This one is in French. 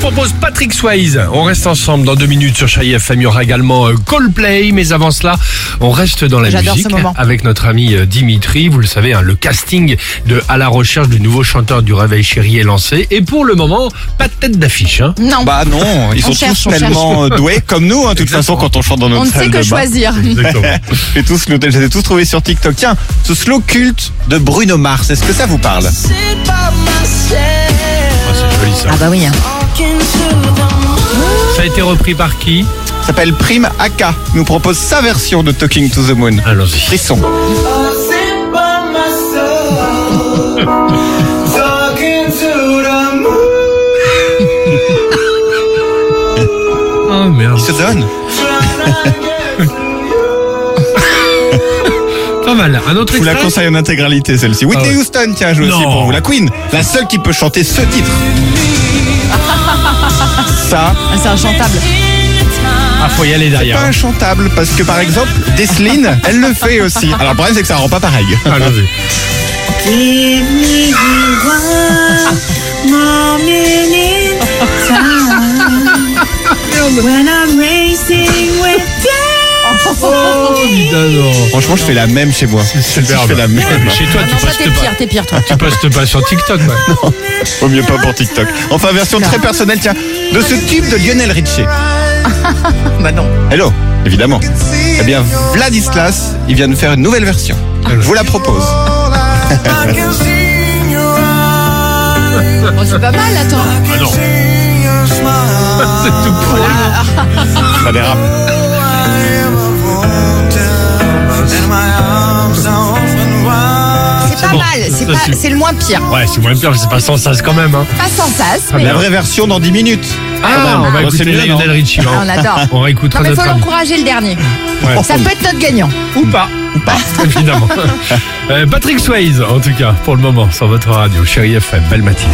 propose Patrick Swayze. On reste ensemble dans deux minutes sur Chai FM. Il y aura également euh, Coldplay. Mais avant cela, on reste dans la J'adore musique ce moment. avec notre ami euh, Dimitri. Vous le savez, hein, le casting de À la recherche du nouveau chanteur du Réveil Chéri est lancé. Et pour le moment, pas de tête d'affiche. hein. Non, Bah non, ils On sont cherche, tous on tellement euh, doués comme nous, hein, de toute façon, quand on chante dans notre on ne salle sait que de bain. choisir. Exactement. J'ai tous, le- je les ai tous trouvés sur TikTok. Tiens, ce slow culte de Bruno Mars, est-ce que ça vous parle sit by myself, Ah, c'est joli ça. Ah bah oui. hein. talking to the moon. Ça a été repris par qui Ça s'appelle Prime Aka. Nous propose sa version de Talking to the Moon. Allons-y. Frisson. I sit by myself, talking to the moon, Oh merde. Il se donne. trying to get to you. Pas mal. Un autre Je vous la extrait conseille en intégralité celle-ci. Whitney Ah ouais. Houston, tiens, joue aussi Non. pour vous. La Queen, la seule qui peut chanter ce titre. Ça, Ah, C'est inchantable. Ah, faut y aller c'est derrière. pas inchantable parce que par exemple, Desline, elle le fait aussi. Alors le problème c'est que ça rend pas pareil. Allons-y. Give me one more minute time when I'm racing with you. Oh, évidemment. Franchement, je fais la même chez moi. Superbe. Je fais la même. Mais Chez toi, Ah tu non, toi, postes t'es pire, pas. t'es pire, toi. Tu postes pas sur TikTok, quoi. Au mieux pas pour TikTok. Enfin, version très personnelle, tiens, de ce tube de Lionel Richie. Bah non. Hello, évidemment. Eh bien, Vladislas, il vient de faire une nouvelle version. Je vous la propose. I can see in your eyes, Bon, c'est pas mal, attends. Ah non. see your smile. C'est tout pourri. Ça dérape. I am a woman, and my arms are open wide. C'est pas bon. mal, c'est Ça, pas, c'est- c'est le moins pire. Ouais, c'est moins pire, mais c'est pas sans sas quand même. Hein. Pas sans sas, mais La vraie version dans 10 minutes. Ah, on va Bah, c'est écouter mieux, non Lionel Richie. hein. Ah, on adore. On réécoutera Non mais faut notre ami. l'encourager le dernier. Ouais. Ça peut être notre gagnant. Ou pas. Mm. Ou pas. Évidemment. Euh, Patrick Swayze, en tout cas, pour le moment, sur votre radio. Chérie FM, belle matinée.